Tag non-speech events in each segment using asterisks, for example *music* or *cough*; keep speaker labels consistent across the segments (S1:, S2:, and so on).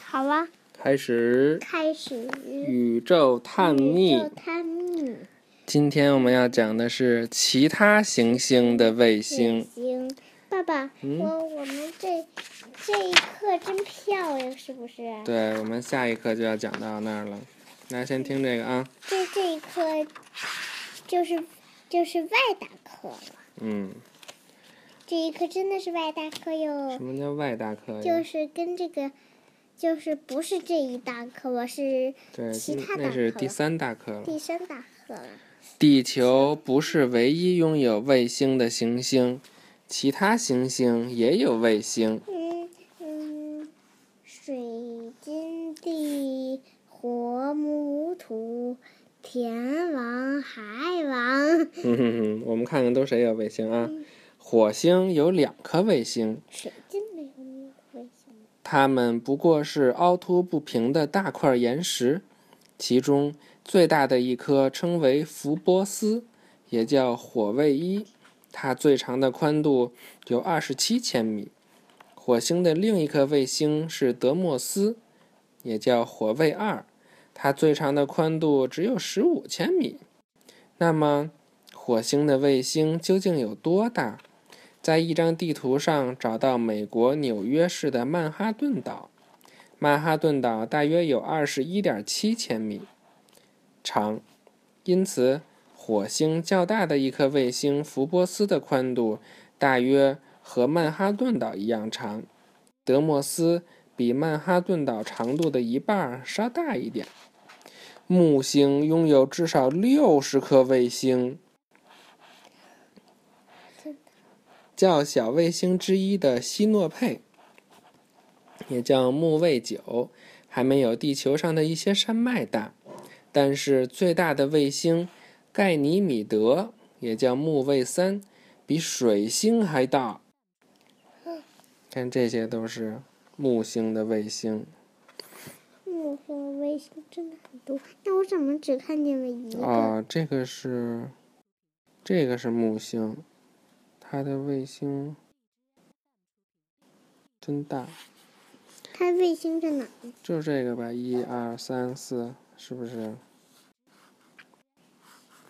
S1: 好啊，
S2: 开始
S1: 开始。
S2: 宇宙探秘
S1: 就。探秘
S2: 今天我们要讲的是其他行星的卫星。
S1: 行，爸爸，
S2: 嗯
S1: 我我们这这一课真漂亮，是不是？
S2: 对，我们下一课就要讲到那儿了。那先听这个啊，
S1: 这这一课就是就是外大课了，
S2: 嗯，
S1: 这一课真的是外大课哟
S2: 什，么叫外大课
S1: 就
S2: 呀？
S1: 是跟这个就是不是这一大课，我是
S2: 对
S1: 其他，大
S2: 那是
S1: 课
S2: 第三大课了。
S1: 第三大课了。
S2: 地球不是唯一拥有卫星的行星，其他行星也有卫星。 *laughs*
S1: 嗯嗯，水金地火木土田王海王
S2: 哼哼哼，我们看看都谁有卫星啊？火星有两颗卫星，
S1: 水金没有卫星，
S2: 它们不过是凹凸不平的大块岩石，其中最大的一颗称为福波斯，也叫火卫一，它最长的宽度有二十七千米。火星的另一颗卫星是德莫斯，也叫火卫二，它最长的宽度只有十五千米。那么，火星的卫星究竟有多大？在一张地图上找到美国纽约市的曼哈顿岛。曼哈顿岛大约有二十一点七千米长，因此火星较大的一颗卫星福波斯的宽度大约和曼哈顿岛一样长。德莫斯比曼哈顿岛长度的一半儿稍大一点。木星拥有至少六十颗卫星。较小卫星之一的希诺佩，也叫木卫九，还没有地球上的一些山脉大。但是最大的卫星盖尼米德，也叫木卫三，比水星还大。看这些都是木星的卫星
S1: 木星卫星真的很多，那我怎么只看见了一个？
S2: 啊，这个是这个是木星，它的卫星真大。
S1: 它卫星在哪儿？
S2: 就这个吧，一二三四，是不是？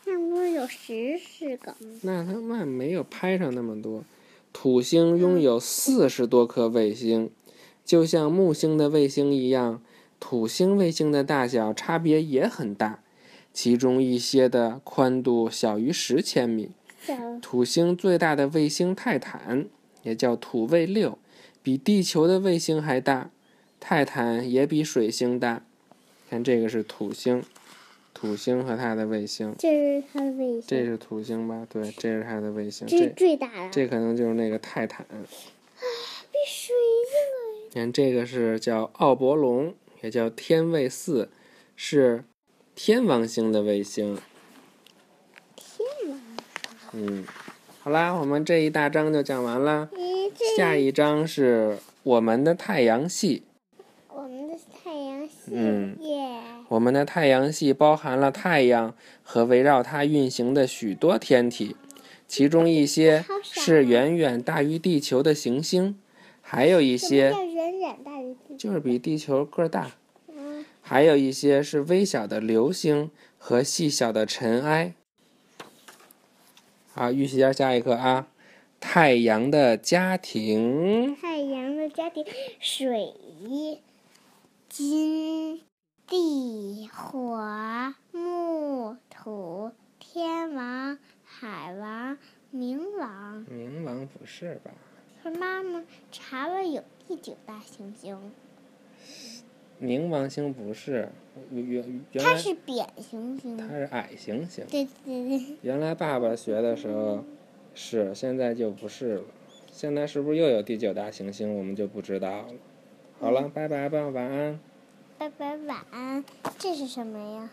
S1: 那不是有十四个吗？
S2: 那他那没有拍上那么多。土星拥有四十多颗卫星，就像木星的卫星一样，土星卫星的大小差别也很大，其中一些的宽度小于十千米。
S1: 小
S2: 土星最大的卫星泰坦，也叫土卫六，比地球的卫星还大，泰坦也比水星大。看这个是土星，土星和它的卫星，
S1: 这是它的卫
S2: 这
S1: 星，
S2: 是土星吧？对，这是它的卫星，
S1: 这是
S2: 这
S1: 最大的，
S2: 这可能就是那个泰坦。
S1: 比水星
S2: 你看这个是叫奥伯龙，也叫天卫四，是天王星的卫星。
S1: 天王。
S2: 嗯，好啦，我们这一大章就讲完啦。
S1: 咦，这
S2: 下一章是我们的太阳系。
S1: 我们的太阳系
S2: 嗯
S1: 耶，
S2: 我们的太阳系包含了太阳和围绕它运行的许多天体，其中一些是远远大于地球的行星，还有一
S1: 什么
S2: 些
S1: 叫远远大于地球？
S2: 就是比地球个儿大，
S1: 嗯，
S2: 还有一些是微小的流星和细小的尘埃。好，预习一下下一课啊，太阳的家庭。
S1: 太阳的家庭，水、金、地、火、木、土、天王、海王、冥王。
S2: 冥王不是吧？
S1: 说妈妈查了有第九大行星，
S2: 冥王星不是，原原原
S1: 它
S2: 来
S1: 是扁行星。
S2: 它是矮行星。
S1: 对对对，
S2: 原来爸爸学的时候是，现在就不是了。现在是不是又有第九大行星，我们就不知道了。好了，拜拜吧，晚安。
S1: 拜拜晚安。这是什么呀？